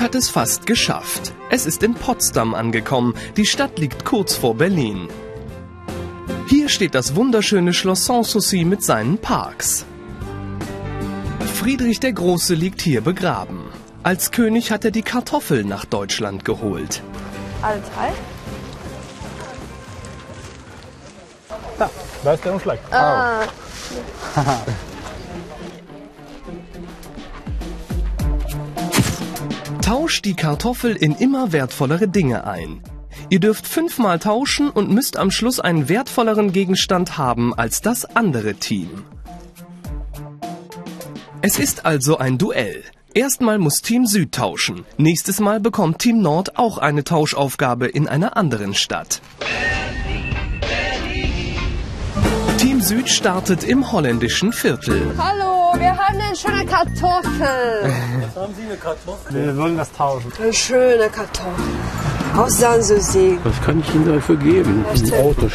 hat es fast geschafft. Es ist in Potsdam angekommen. Die Stadt liegt kurz vor Berlin. Hier steht das wunderschöne Schloss Sanssouci mit seinen Parks. Friedrich der Große liegt hier begraben. Als König hat er die Kartoffel nach Deutschland geholt. Alle drei? Da ist der Umschlag. Tauscht die Kartoffel in immer wertvollere Dinge ein. Ihr dürft fünfmal tauschen und müsst am Schluss einen wertvolleren Gegenstand haben als das andere Team. Es ist also ein Duell. Erstmal muss Team Süd tauschen. Nächstes Mal bekommt Team Nord auch eine Tauschaufgabe in einer anderen Stadt. Team Süd startet im holländischen Viertel. Hallo, wir haben eine schöne Kartoffel. Wir wollen das tauschen. Eine schöne Kartoffel. Aus Sanssouci. Was kann ich Ihnen dafür geben? Ein Auto.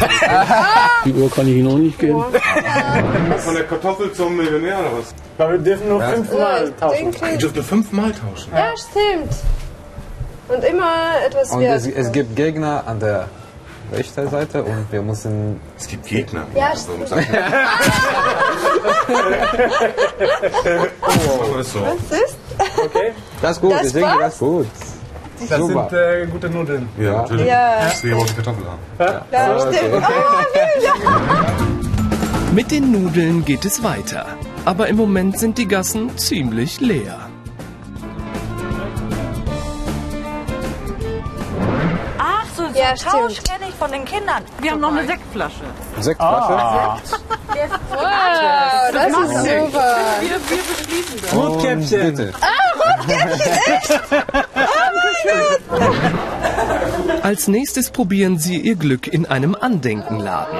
Die Uhr kann ich Ihnen auch nicht geben. Von der Kartoffel zum Millionär oder was? Aber wir dürfen nur fünfmal tauschen. Ich Irgendwie, dürfte fünfmal tauschen. ja, stimmt. Und immer etwas Und es, wert. es gibt Gegner an der rechten Seite und wir müssen Es gibt Gegner. Ja, Also, warum sagt man- Oh, ist so. Das ist gut, Das ich denke, das ist gut. Das Super. sind äh, gute Nudeln. Ja, natürlich. Ja. Ich sehe aber die Kartoffel an. Ja, stimmt. Mit den Nudeln geht es weiter. Aber im Moment sind die Gassen ziemlich leer. Ach so, so Ja, Tausch stimmt. kenne ich von den Kindern. Wir haben noch eine Sektflasche. äh, Sektflasche. Ah. Wow, Ah, das ist super. Wir, wir beschließen das. Und bitte. Als nächstes probieren sie ihr Glück in einem Andenkenladen.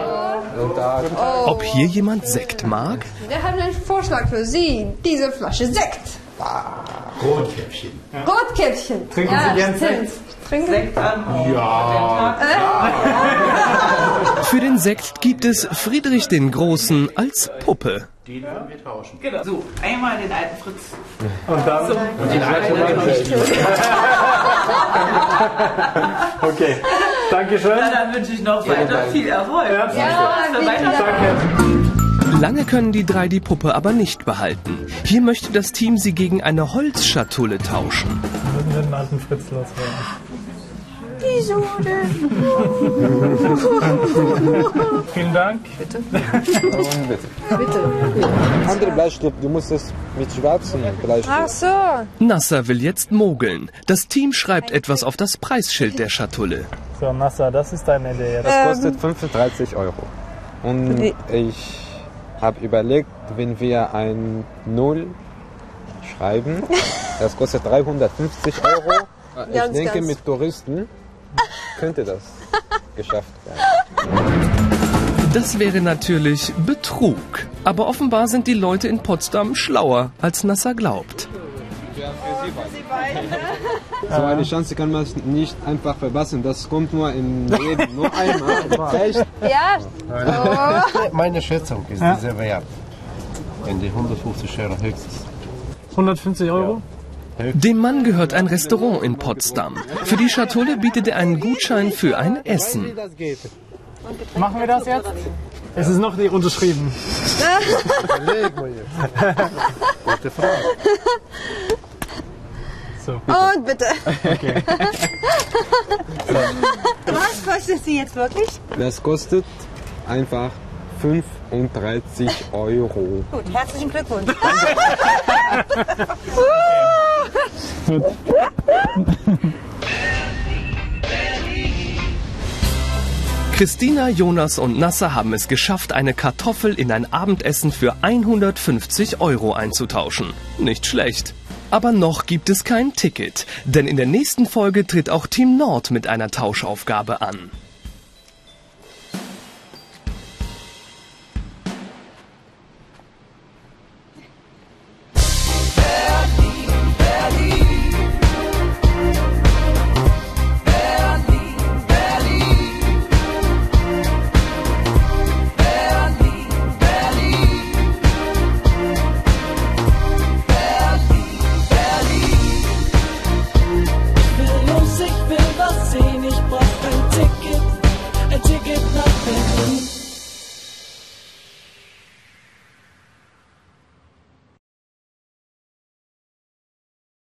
Und da Ob hier jemand Sekt mag? Wir haben einen Vorschlag für Sie. Diese Flasche Sekt. Rotkäppchen. Rotkäppchen. Trinken ja, Sie gern stimmt. Trinken Für den Sekt gibt es Friedrich den Großen als Puppe. Genau. So, einmal den alten Fritz. Und dann. okay. Na, Dankeschön. dann wünsche ich noch weiter viel Erfolg. Ja, Ja, bitte. Danke. Lange können die drei die Puppe aber nicht behalten. Hier möchte das Team sie gegen eine Holzschatulle tauschen. Lassen wir den alten Fritz loswerden. Vielen Dank. und bitte. Andere Bleistift, du musst es mit schwarzem Bleistift. Ach so. Nasser will jetzt mogeln. Das Team schreibt etwas auf das Preisschild der Schatulle. So, Nassa, das ist deine Idee jetzt. Ähm. Das kostet 35 Euro. Und ich habe überlegt, wenn wir ein Null schreiben, das kostet 350 Euro. Ich Ganz, denke, ganz. mit Touristen könnte das geschafft werden. Das wäre natürlich Betrug. Aber offenbar sind die Leute in Potsdam schlauer, als Nasser glaubt. So eine Chance kann man nicht einfach verpassen. Das kommt nur im Leben, nur einmal. Echt? Ja, Meine Schätzung ist dieser Wert. In die 150 Euro höchstens. 150 Euro? Dem Mann gehört ein Restaurant in Potsdam. Für die Schatulle bietet er einen Gutschein für ein Essen. Machen wir das jetzt? Es ist noch nicht unterschrieben. So. und bitte. Was kostet sie jetzt wirklich? Das kostet einfach 35 Euro. Gut, herzlichen Glückwunsch. Christina, Jonas und Nasser haben es geschafft, eine Kartoffel in ein Abendessen für 150 Euro einzutauschen. Nicht schlecht. Aber noch gibt es kein Ticket, denn in der nächsten Folge tritt auch Team Nord mit einer Tauschaufgabe an.